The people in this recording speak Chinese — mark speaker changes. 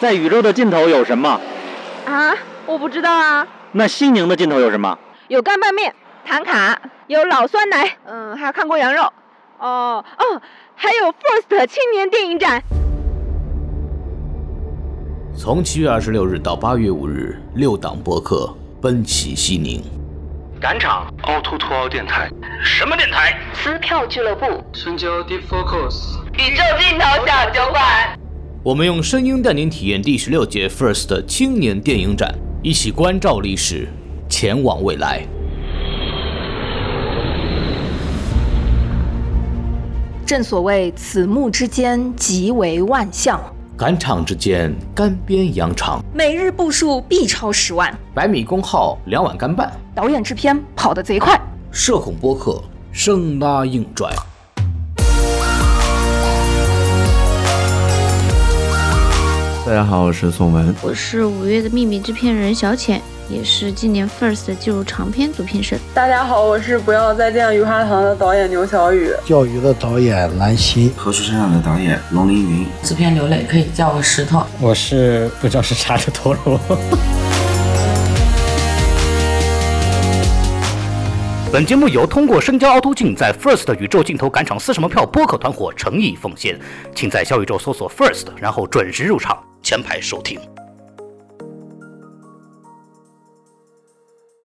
Speaker 1: 在宇宙的尽头有什么？
Speaker 2: 啊，我不知道啊。
Speaker 1: 那西宁的尽头有什么？
Speaker 2: 有干拌面、糖卡，有老酸奶，嗯，还有看过羊肉。哦哦，还有 First 青年电影展。
Speaker 3: 从七月二十六日到八月五日，六档播客奔袭西宁。
Speaker 4: 赶场凹凸凸凹电台，什么电台？
Speaker 5: 撕票俱乐部，
Speaker 4: 深交 Deep Focus。
Speaker 6: 宇宙尽头小酒馆。
Speaker 3: 我们用声音带您体验第十六届 First 青年电影展，一起关照历史，前往未来。
Speaker 7: 正所谓此目之间，即为万象。
Speaker 3: 赶场之间，干煸羊肠，
Speaker 7: 每日步数必超十万。
Speaker 3: 百米公号两碗干拌，
Speaker 7: 导演制片跑得贼快。
Speaker 3: 社恐播客生拉硬拽。
Speaker 8: 大家好，我是宋文，
Speaker 9: 我是五月的秘密制片人小浅，也是今年 First 进入长片组评审。
Speaker 10: 大家好，我是不要再见鱼花堂的导演牛小雨，
Speaker 11: 钓鱼的导演兰溪，
Speaker 12: 何处山上的导演龙凌云，
Speaker 13: 制片刘磊可以叫我石头，
Speaker 14: 我是不知道是啥的陀螺。
Speaker 15: 本节目由通过深交凹凸镜在 First 宇宙尽头赶场撕什么票播客团伙诚意奉献，请在小宇宙搜索 First，然后准时入场，前排收听。